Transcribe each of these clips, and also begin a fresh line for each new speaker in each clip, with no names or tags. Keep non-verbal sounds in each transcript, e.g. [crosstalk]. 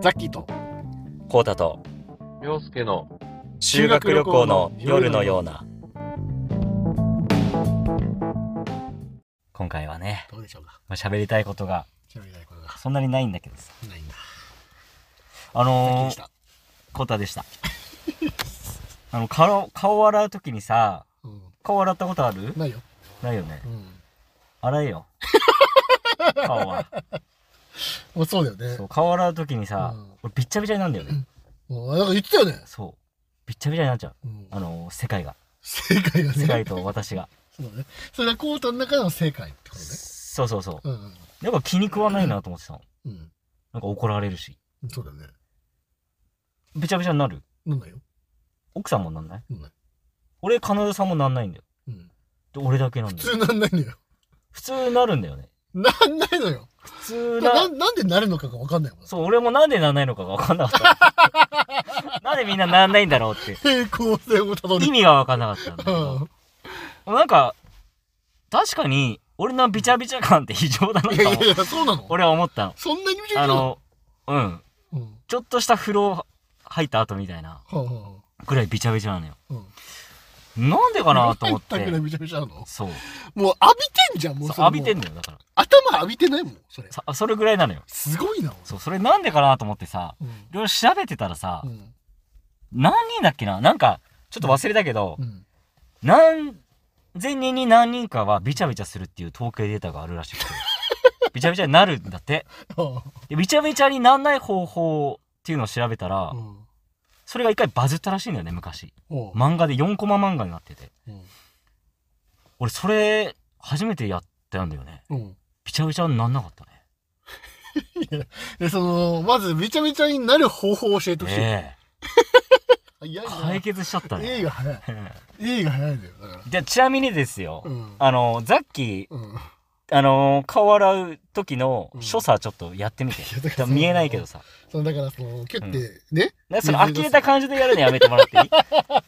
ザッキーと
コータと
洋介の
修学旅行の夜のような今回はね
どうでしょうか
まあ喋りたいことが
喋りたいことが
そんなにないんだけどさ
ないんだザ
あ
ッキー
の
でし
ー、
た、
コータでした [laughs] あの顔顔洗うときにさ
うん、
顔洗ったことある
ないよ、
ないよね
うん、
洗えよ顔は
もうそうだよね
そう顔洗うときにさ、
うん
俺びっちゃびちゃになるんだよね、
もうなんか言ってたよね、
そうびっちゃびちゃになっちゃう
うん、
あのー、世界が
正解がね
世界と私が
そうだねそれはコータの中の正解ってことね
そうそうそう
うんうん
なんか気に食わないなと思ってたの
うん
なんか怒られるし
うんそうだね
べちゃべちゃになる
なんだよ
奥さんもなんない
なんない
俺彼女さんもなんないんだよ
うん
で俺だけな
普
んだ
通
よ
なんないのよ
普通なるんだよね
なんないのよ
普通
な
な
なんでなるのかがわかんないもん
そう俺もなんでなんないのかが分かんなかった
[laughs]
なんでみんななんないんだろうって
平行線をたどる
意味が分かんなかったんだけ
うん
どなんか確かに俺のびちゃびちゃ感って異常だない
やい
と
やいや、そうなの
俺は思ったの
そんなに見ちゃ
あ
いけないの
のうん
うん。は
ちょっとした風呂入った後みたいな
あは
ぐらいびちゃびちゃなのよ
あうん。
なんでかなと思
入
っ
ったくらい
て
めちゃめちゃあるの
そう
もう浴びてんじゃん、もう
そう浴びて
ん
んだよだから
頭浴びてないもん、それ。
さそれぐらいなのよ
すごいな、
そう、それなんでかなと思ってさ、
俺。
いろいろ調べてたらさ、
うん。うん
何人だっけななんか、ちょっと忘れたけど、
うん。
何千人に何人かはビチャビチャするっていう統計データがあるらし
[laughs]
くて、ビチャビチャになるんだって。
あ
でビチャビチャになんない方法っていうのを調べたら、
あうん。
それが一回バズったらしいんだよね、昔。
おう
漫画で4コマ漫画になってて。
うん。
俺、それ、初めてやったんだよね。
うん。
ビチャビチャになんなかったね。
で、その、まず、めちゃめちゃになる方法を教えてほしい。
ね
早
え
いな。
解決しちゃったね。
A が早い。A が早いんだよ、だから。
じゃあ、ちなみにですよ、
うん。
あの、ザッキー、
うん。
あのー、顔洗う時の
うん
所作ちょっとやってみて。
いやだから
多分見えないけどさ。
その、だから、その、キュッて、ね。
なその呆れた感じでやるのやめてもらって
[laughs]
いい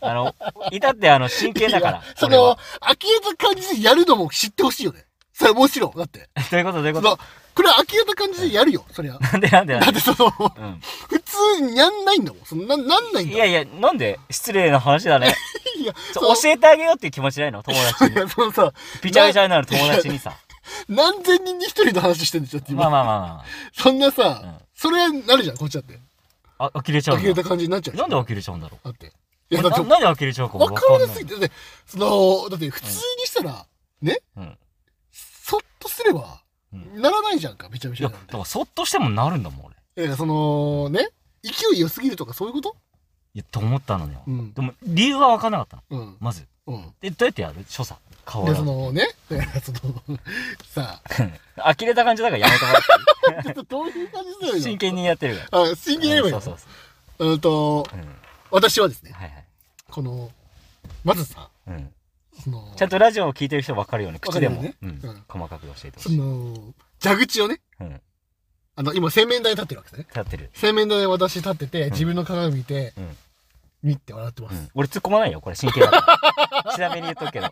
あの、いたってあの、真剣だか
い
ら
や。そ
俺
の
は、 [laughs]
呆れた感じでやるのも知ってほしいよね。それ、もちろん。だって。
どういうことどういう
そ
こと
の、これ、呆れた感じでやるよ、そりゃ。
なんでなんでな
だっ
んで
て、その、
うん。
普通にやんないんだもん。そんな、なんないんだもん
いやいや、なんで失礼な話だね。
[laughs] いや、
そう教えてあげようっていう気持ちないの友達
[laughs] い
に。
や、そのさ、
びちゃびちゃになる友達にさ。
何千人に一人の話してんでしょって今。
まあまあまあま
そんなさ、
うん
それなるじゃん、こっちだって。
あ。あ、呆れちゃう
呆れ
の
た感じになっちゃう。
なんで
だ
呆れちゃうんだろ。
って。いうや、
俺
だって
な、なんで呆れちゃうかも
わ
わ
から
かん
な
な
す
い
ぎ。て、だって、その、だって普通にしたら、
うん。
そっとすれば、
うん
ならないじゃんか、めちゃめ
い
ち
や、
ゃ
だ
な
か
んて。
らそっとしてもなるんだもん、俺。
だからその、ね、勢い良すぎるとかそういうこと
いや、と思ったのよ
う。ん
で。も、理由はわかんなかったの。
うん。
まず。
うん。
で、どうやってやる所作。顔
で、
洗。
そうのね、だからその、 [laughs] さあ、
[laughs] 呆れた感じだからやめてもらっ
ちょっとどういう感じ
ていい。
する
真
よ。
剣にやってるから。
あ、真剣にやればいい
うん
の
そうそうそう
うんと、。
うん。
私はですね、
はいはい。
この、まずさ、
うん。
その、
ちゃんとラジオを聞いてる人分かるように、口でも、
わか
う
るよねうんん。
細かく教えてほ
そ
しい。
の、蛇口をね、
うん。
あの、今洗面台に立ってるわけですね。
立ってる。
洗面台で私立ってて、自分の鏡見て、
うん
見って笑ってま
う
す。
ん。俺突っ込まないよ。これ真剣
[laughs]
だから。ちなみに言っとくけど。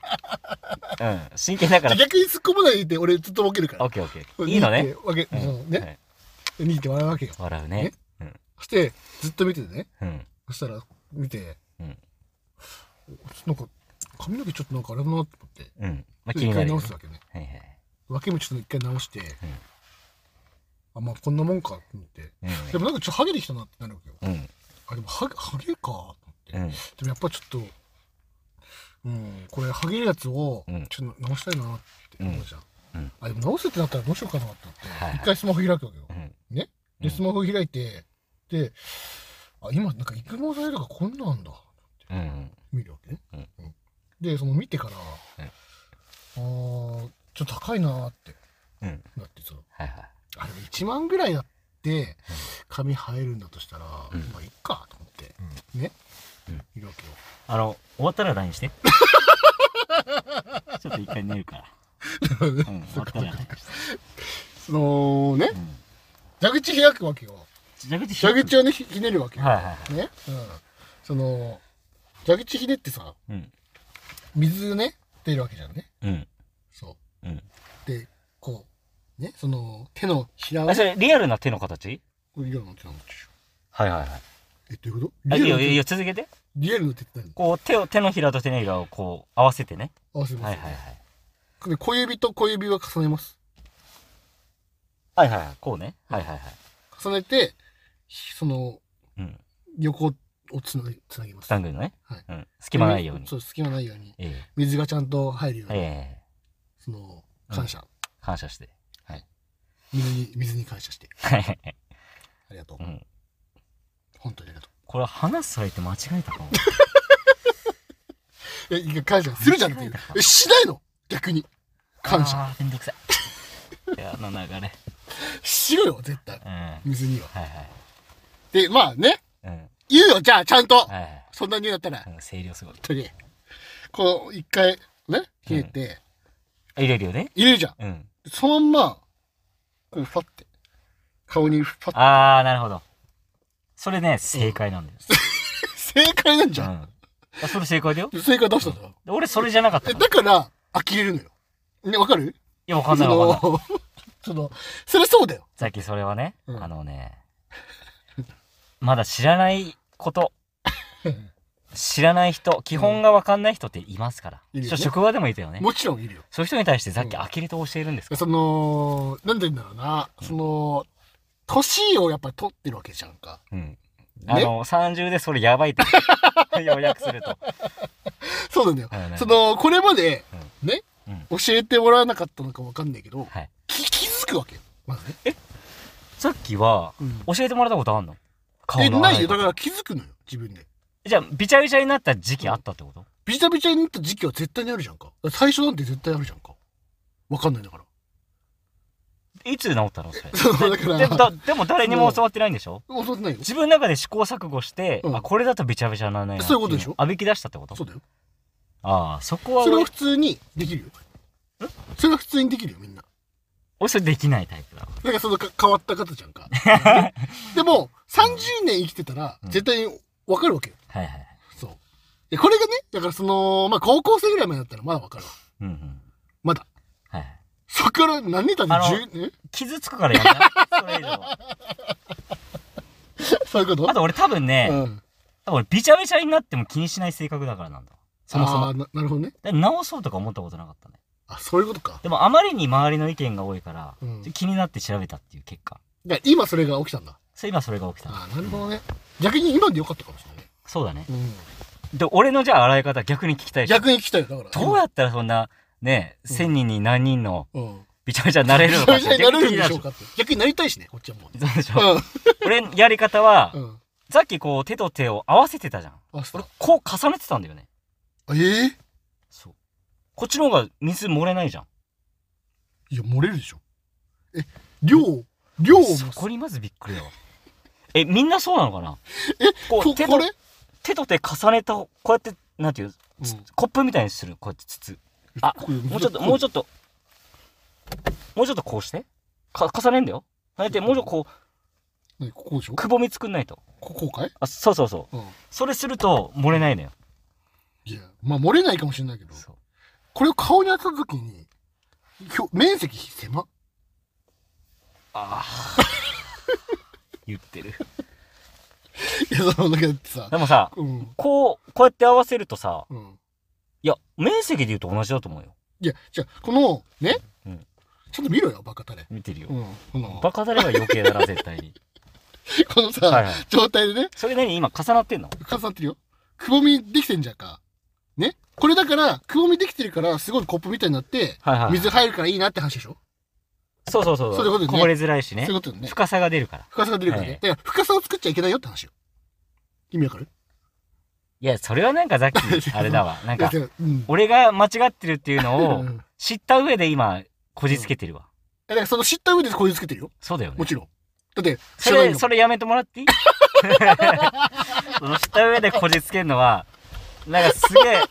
うん。真剣だか
じゃ
ら
あ。逆に突っ込まないで俺ずっとボケるか
オ
ら
ッ。ケーオッケー。いいの
見
ね。
てわけ、
うん
そのね、
はい
見て笑うわけよ。
笑うね。
そして、ずっと見ててね。
うん。
そしたら、見て、
うん
なんか、髪の毛ちょっとなんかあれだなと思って、
うん。まあ、気
一
にな
回
るよ
直
ね。
すわけね。
はいはい。
分け目ちょっと一回直して、あ、まあこんなもんかと思って。でもなんかちょっとハゲてきたなってなるわけよ。
うん。うん。
あ、でもハゲ、ハゲかと思って。
うん。
でもやっぱちょっと、うん、これ、ハゲるやつを
うん、
ちょっと直したいなって思うじゃん。
うん
あ、でも直すってなったらどうしようかなって思って、
はいはい
一回スマホ開くわけよ。
うん。
ね
う
で、
ん
スマホ開いて、で、あ、今、なんか育毛剤とかこんなんだ。
うん。
見るわけね。
うん
うんで、その見てから、あーちょっと高いなーって
うん。
なってさ、
はいはい。
あれ1万ぐらいやって、髪生えるんだとしたら、
うん
まあいっかと思って、ね、
うん
いるわけよ。
あの、終わったら LINE して。 [laughs] ちょっと一回寝るから。うん。終わったら LINE して。
そのね、
うん
蛇口開くわけよ。
蛇口開
蛇
く
口をね、ひひねるわけよ。
はいはいはい
ね、うん。その、蛇口ひねってさ、
うん
水ね、出るわけじゃんね。
うん
そ
うん
う。で、こう、ね、その、手のひらを
あそれリアルな手の形
これリアルの手なんでしょ
はいはいはい
えどういうこ
あ
と
いい
リアルの
よ
手
いいよ続けて
リアルの手って何
こう手を手のひらと手のひらをこう合わせてね
合わせま
はい
す、
はいはい
で小指と小指は重ねます
はいはいはいこうねはいはいはい
重ねてその
うん
横をつなつなぎます
スタングルのね、
はい
うん、隙間ないように
そう隙間ないように
え
水がちゃんと入るよ
え
うに、
え
その感謝、
え感謝して
水に水に感謝して
はいはいはい
ありがとう、
うん
本当にありがと
これ話す相手間違えたかも
うえいや感謝するじゃんっていう
間違えた
えしないの逆に感謝
あーめんどくさいいやあの流れ
しろよ絶対
うんはい
水には
はい
でまあね
うん
言うよじゃあちゃんと、
はいはい
そんなに言うんだったら
うん声量すごい
本当にこう一回ねひねって、
入れるよね
入れるじゃん
うん
そのまんまこうファって顔にファって
ああなるほどそれね正解なんだよ、
正解なんじ
う
ゃん、
んあそれ正解だよ
正解出したんだよ、
俺それじゃなかった
え
から
だから呆れるのよねわかる
いやわかんないわかんない
その [laughs] そのそれそうだよ
さっきそれはね、
うん
あのねまだ知らないこと知らない人基本がわかんない人っていますから、
いるよね
そう職場でもいたよね
もちろんいるよ
そういう人に対してさっき
うん
呆れと教えるんですか、
そのなんて言うんだろうなその年をやっぱ取ってるわけじゃんか
うんあ
ね
の30でそれや
[laughs]
ばいって要約すると、
そうなんだよ
はいはい
そのこれまでね
う
教
ん
えてもらわなかったのかわかんないけど
はい、
き気づくわけよまずね
さっきは
うん
教えてもらったことあんの顔
え
の
ないよ
洗
だ
い方
から気づくのよ自分で
じゃあびちゃびちゃになった時期あったってこと、
ビチャビチャになった時期は絶対にあるじゃんか最初なんて絶対あるじゃんかわかんないんだから
[laughs] いつ治ったのそれ
[laughs] そうだから
でもだでも誰にも教わってないんでしょ
教わってないよ
自分の中で試行錯誤して、
うん
あこれだとびちゃびちゃにならないなって
そういうことでしょ
あびき出したってこと
そうだよ
ああそこは
それは
俺
普通にできるよそれは普通にできるよみんな
俺それできないタイプだわ
だからそのか変わった方じゃんかでも30年生きてたら
うん
絶対にわかるわけよ
はいはいはい
そうでこれがねだからそのまあ高校生ぐらいまでだったらまだわかるわ
うんうん
まだ
はいはい
そっから何年経って
あの
10年
傷つくからや
[laughs]
めなそれ以上は
そういうこと
あと俺多分ね、
うん、
多分俺びちゃびちゃになっても気にしない性格だからなんだわそもそ
あ
も
ーななるほどね
で直そうとか思ったことなかったね
あそういうことか
でもあまりに周りの意見が多いから、
うん
気になって調べたっていう結果
だから今それが起きたんだ
それ今それが起きたの
あーなるほどね逆に今でよかったかもしれないね
そうだね
うん
で俺のじゃあ洗い方逆に聞きたい
逆に聞きたいよだから
どうやったらそんなね1000人に何人の
うん
びちゃびちゃになれるの
そ
か
れ
って
[laughs] じゃなれるんでし
逆
ょう
に気にな
かって逆になりたいしねこっちはもうね
るでしょそうでしょ
う
俺のやり方は、
ん、うん、
さっきこう手と手を合わせてたじゃん
あそう
俺こう重ねてたんだよね
ええ
そうこっちの方が水漏れないじゃん
いや漏れるでしょえ量量を
そこにまずびっくりだわえみんなそうなのかな
え
こ
こ
う手
ことれ、
手と手重ねたこうやってなんていうつ
うん
コップみたいにするこうやって筒あもうちょっともうち
ょっ
ょっともうちょっとこうしてか重ねんだよ重ねてもうちょっとこう
とここでしょこ
くぼみ作んないと
こうかい
あそうそうそう
うん
それすると漏れないのよ
いやまあ漏れないかもしれないけど
そう
これを顔に当てた時にひょ面積狭っ
ああ [laughs] 言ってる
[laughs] いやそのだけだってさ
でもさ
うん
こうこうやって合わせるとさ
うん
いや面積で言うと同じだと思うよ
いやじゃあこのね、
うん
ちゃんと見ろよバカタレ
見てるよ、
うんこの
バカだれは余計だな絶対
[laughs]
に
このさ、
はいはい
状態でね
それ何今重なってんの
重なってるよくぼみできてんじゃんかねこれだからくぼみできてるからすごいコップみたいになって
はいはい
水入るからいいなって話でしょ、
そうそうそう
そういうことね
こぼれづらいしね
そういうことよね
深さが出るから
深さが出るからね、
はい
だから深さを作っちゃいけないよって話よ意味わかる
いやそれはなんか
[laughs]
さっきあれだわなんか
いや違ううん
俺が間違ってるっていうの
う [laughs]
を
ん
知った上で今こじつけてるわ、
だからその知った上でこういうつけてるよ
そうだよね
もちろんだって知
そ
らないん
れ
だ
それやめてもらっていい [laughs] その知った上でこじつけるのはなんかすげえ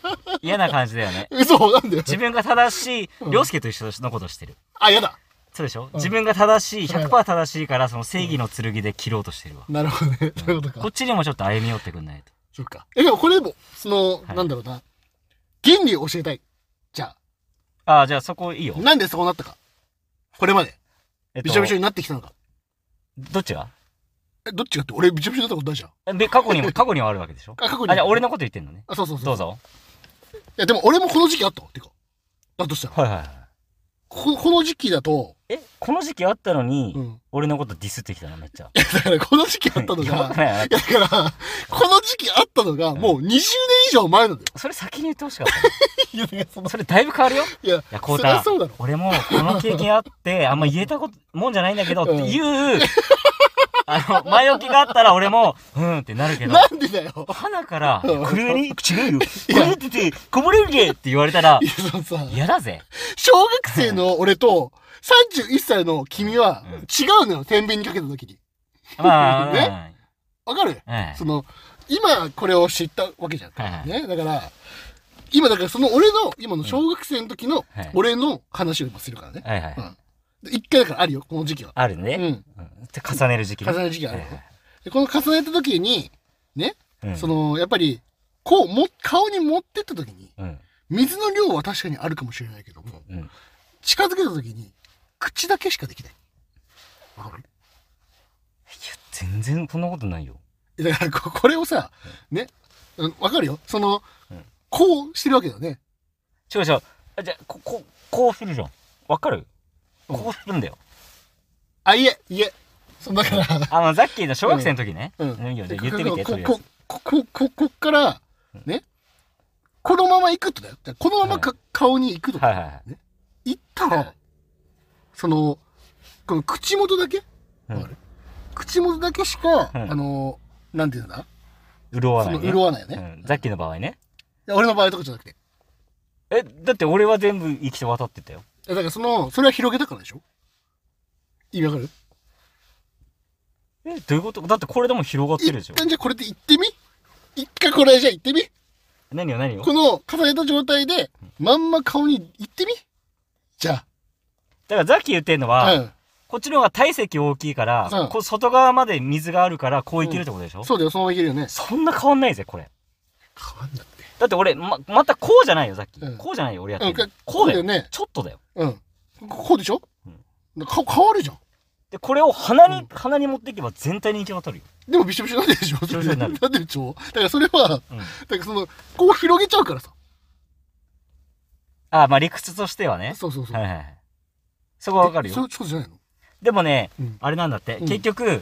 嫌な感じだよね
もんそうなんだよ
自分が正し
うん
い凌介と一緒のことしてる
あやだ
そうでしょ、
うん
自分が正しい
それは
100%正しいからその正義の剣で切ろうとしてるわ、
なるほどねそういうことか
こっちにもちょっと歩み寄ってくんないと
そっかえでもこれでもその、
はい
なんだろうな原理を教えたいじゃ
ああじゃあそこいいよ
あ、なんでそうなったかこれまで
えっと
びちゃびちゃになってきたのか
どっちが
えどっちがって俺びちゃびちゃだったことないじゃん
で、過去
[laughs]
にも、過去にはあるわけでしょ
あ過去に
あ、じゃあ俺のこと言ってんのね。
あそうそうそう
どうぞ。
いやでも俺もこの時期あったわてかだとしたら
はいはいはい。
ここの時期だと、
え、この時期あったのに、
うん、
俺のことディスってきたのめっち [laughs] ゃ。
いやだからこの時期あったの
や
が
ばくないあなた
いやだからこの時期あったのがもう20年以上前なんだよ
それ先に言ってほしかっ
い [laughs]
た
やいやそん
の。
な
それだいぶ変わるよ。
いや
いやこう
そ
た
りゃそうだろ
俺もこの経験あって、あんま言えたこと、もんじゃないんだけど、って [laughs] いう、あの、前置きがあったら俺も、うんってなるけど、
なんでだよ
鼻から、
うん
これに、違うよ。これってて、こぼれるけって言われたら
い、やそのさ
嫌だぜ。
小学生の俺と31歳の君は
うん
違うのよ天秤にかけた時に
まあ、
ねわかる
うんうん
その今これを知ったわけじゃん、
はいはい
ねだから今だからその俺の今の小学生の時の
はい
俺の話を今するからね、
はいはい。
で一回だからあるよこの時期は
ある
う
ね。
ん
うんって重ねる時期ね
重ねる時期あるよ
はいはい
でこの重ねた時にね、
うん
そのやっぱりこうも顔に持ってった時に
うん
水の量は確かにあるかもしれないけども
うん
近づけた時に口だけしかできないわかる
全然そんなことないよ。
えだからここれをさねうんわかるよその、
うん
こうしてるわけだよね
違う違う。あじゃあ、こ、こ、こうするじゃん。わかる
うん
こうするんだよ。
あいえいえそんだから
あの、さっきの小学生の時ね。
[laughs] うん
いいよじ
で
ゃあ言ってみて、と
こ
りあえ
こ
ず
ここここっからねこのまま行くとだよこのままか、顔に行くと
はいはいはい。
行ったらそのこの口元だけ、
うん
わかる口元だけしか、
うん
あのなんていうんだ
潤わ
そ
ない、
の
ね。
潤わないよね、
うん。さっきの場合ね。
いや俺の場合とかじゃなくてい
え、だって俺は全部生きて渡ってたよ。
やだからそのそれは広げたからでしょ意味わかる
え、どういうことだってこれでも広がってるでし
一
ょ。
旦じゃあこれで行ってみ一回これじゃあ行ってみ
何よ何よ
こ。の重ねた状態でまんま顔に行ってみじゃ
だからさっき言ってんの
あ、
は、
うん、
こっちの方が体積大きいから、
うん
こう外側まで水があるからこういけるってことでしょ、
そうだよそのままいけるよね
そんな変わんないぜ、これ。
変わんだって
だって俺、ま、またこうじゃないよ、さっき。
うん
こうじゃないよ、俺やってるの、
うん
こうだよ
こうだよね
ちょっとだよ。
うんここうでしょ、
うん
うか変わるじゃん
で、これを鼻に、
うん
鼻に持っていけば全体に行き渡るよ。
でもびしょびしょになってるでしょ
しょびしょになる
ってるでしょだからそれは
うん。
だからそのこう広げちゃうからさ
あ、まあ理屈としてはね。
そうそうそう
はいはいはい。そこはわかる
そ
よ。
うそうじゃないの
でもね、
うん
あれなんだって、
うん
結局、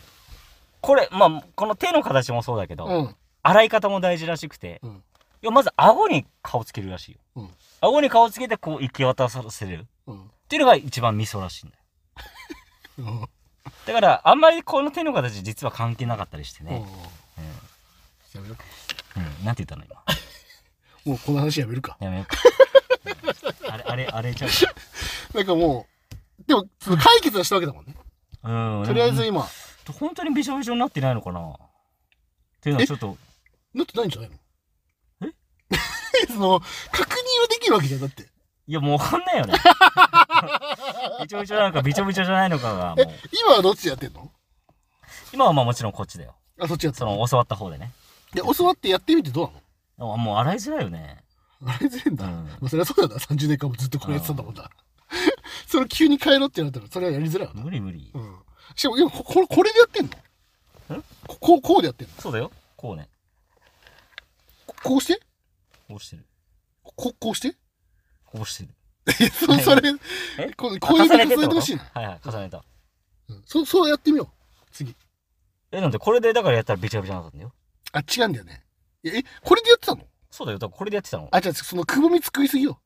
これ、まあ、この手の形もそうだけど、
うん
洗い方も大事らしくて、
うん
いやまず顎に顔つけるらしいよ。
うん
顎に顔つけて、こう、行き渡させる。
うん
っていうのが一番ミソらしいんだよ。
うん
だから、あんまりこの手の形実は関係なかったりしてね。
やめようか
うん。なんて言ったの今。
もうこの話やめるか
やめよう [laughs] か。うんあれ、あれ、あれちゃう
なんかもうでもその解決はしたわけだもんね
か。うん。
とりあえず今
でも。本当にびしょびしょになってないのかなっていうのはちょっと、
なってないんじゃないのえ [laughs] その確認はできるわけじゃんだって
いや、もうわかんないよね。 [laughs] びちょびちょなのか、びちょびちょじゃないのかが、も
え
う。
今はどっちやってんの
今はまあもちろんこっちだよ。
あそっちやって
そ
た
の、教わった方でね。
で教わってやってみてどうなの
でももう洗いづらいよね。
[laughs] あれずれんだ、
うん
まあそれはそうだな30年間もずっとこれやってたんだもんな [laughs] それ急に変えろってなったらそれはやりづらいわな、
無理無理
う。ん、しかも今ここれこれでやってんの
ん
ここうこうでやってんの
そうだよ。こうね。
ここうして
こうしてる。
ここうして
こうしてる。
えそそれ
え
こうこういう
あ
で重ねてほしい
っ
な
こ、とはいはい、重ねた。
うん、そそうやってみよう次
え、なんでこれでだからやったらびちゃびちゃになったんだよ。
あ違うんだよねいやえこれでやってたの
そうだよ。だからこれでやってたの。
あじゃあそのくぼみ作りすぎよ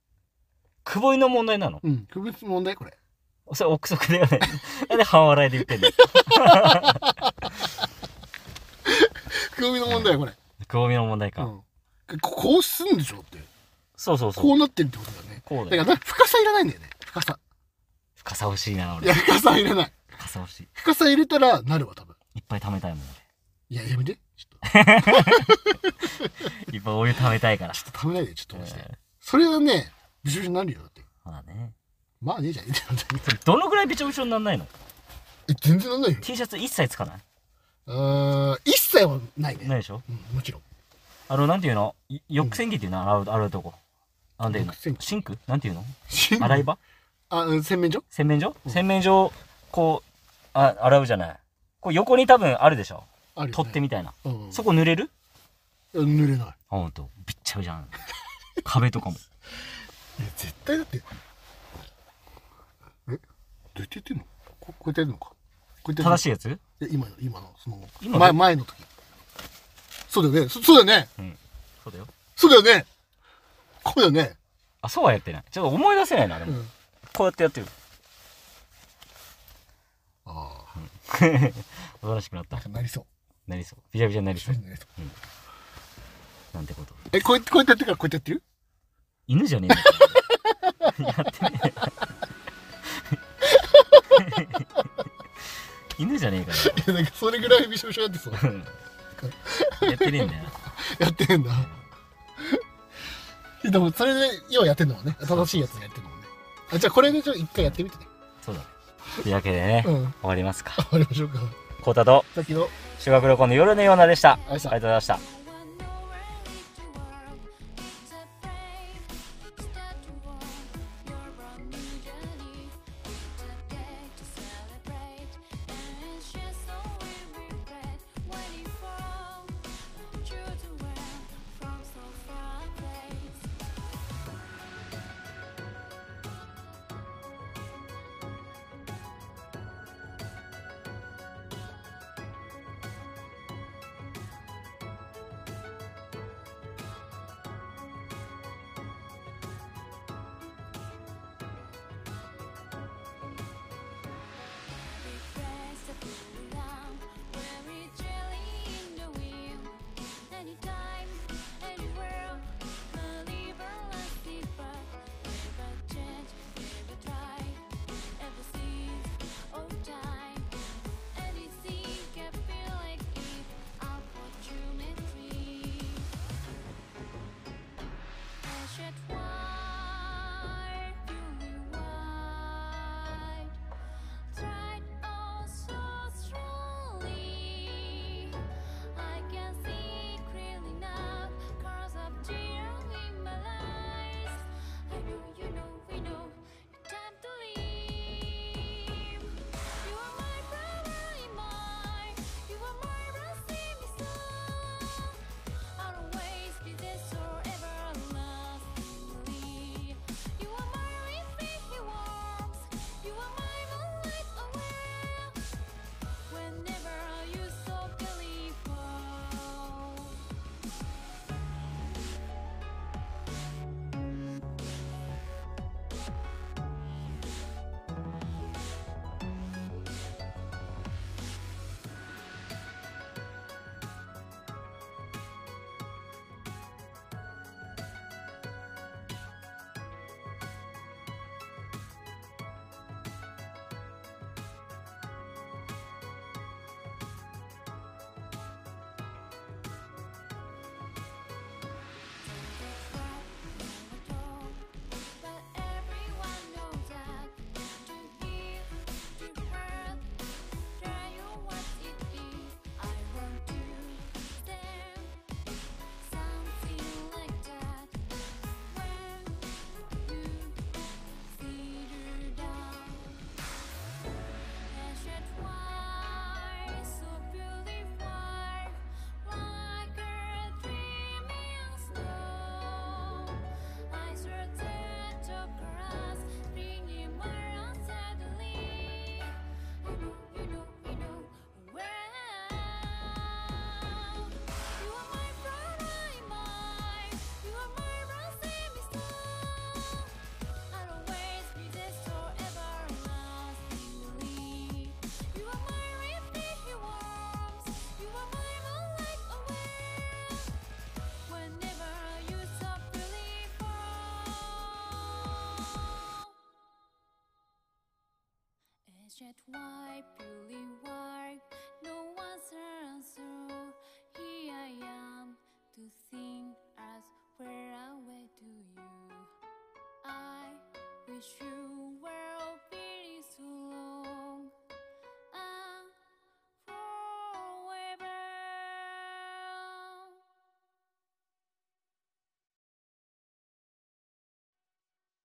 くぼいの問題なの。
うんくぼみ問題これ [laughs]
それ憶測だよね。 [laughs] なんで半笑いで言ってんの
くぼみの問題これ、
くぼみの問題
う
か。
ん、ここうすんでしょだって
そうそうそ
こ
う。
うなってるってことだよね
こう
だ
だよ。
から深さいらないんだよね深さ
深さ欲しいな、
い
俺
や。深さいらない
深さ欲しい。
深さ入れたらなるわ多分
いっぱい貯めたいもん。
いややめてちょっ
俺いっぱいお湯貯めたいから。
と食べないでちょっと
え
マジで、
ー
それはねびしょびしょになるよだって
まあね。
まあねえじゃんえ [laughs] じゃんじゃん
それどのぐらいびちょびちょになんないの
え全然なんないよ
?T シャツ一切つかないう
ーん一切はないね
ないでしょ
うん、もちろん
あの、なんていうのい浴洗機っていうの洗う、洗うとこ。なんていうの
浴洗機
シンクなんていうの
シンク
洗い場
あうん洗面所
洗面所、洗面所、こう、あ、洗うじゃない。こう横に多分あるでしょ
あるよね
取っ手みたいな。
うんうん
そこ濡れる
濡れない
ほんと。びっちゃびちゃなの。壁 [laughs] とかも。
いや絶対だってえどうやってやってんのここうやってやるのかこうやってやるの
正しいやつ
いや今の今のその
今の
前前の時そうだよねそそうだよね
うん。そうだよ。
そうだよねこうだよね、
あ、そうはやってない。ちょっと思い出せないな、で
う
も。
ん、
こうやってやってる。
ああ
おとなしくなった
なん。かなりそう
なりそう。びちゃびちゃになりそう。
なりそう
なんてこと。
えこうやってこうやってやってからこうやってやってる
犬じゃねえんだやってねえ。犬じゃねえか
いやなんかそれぐらいびしょびしょやってそう
ら。やってねえんだよな。
やってんだでもそれで要はやってんのもね正しいやつでやってんのもねあじゃあこれでちょっと一回やってみてね
そうだね。というわけでね、
う
終
ん
わりますか。
終わりましょうか
コータと
さっきの
修学旅行の夜のようなでした。あり
あ
が
りがとうご
とうございました。
From so far place Should why you wide tried oh so strongly. I can see clearly now, cause of tear in my eyes. I know you know we know the time to leave. You are my brother in mine. You are my brother in son. I'll always be this forever lovingly. You are my infinity warmth. You are my moonlight aware. Whenever you so beautiful. But everyone knows that to give, to hurt, try or what it is. I want to stand something like that. When you see her down, and she twice so beautiful, like a dreaming snow. I swear that your cross bringing my own suddenly. You know, you know, you know, well. You are my brother in mine. You are my rose in my star. I'll always be this forever lastingly. You are my refuge, warmth. You are my moonlight away. Whenever you stop believing, it's yet why purely work, no one's answer. Here I am to sing as far away to you. I wish you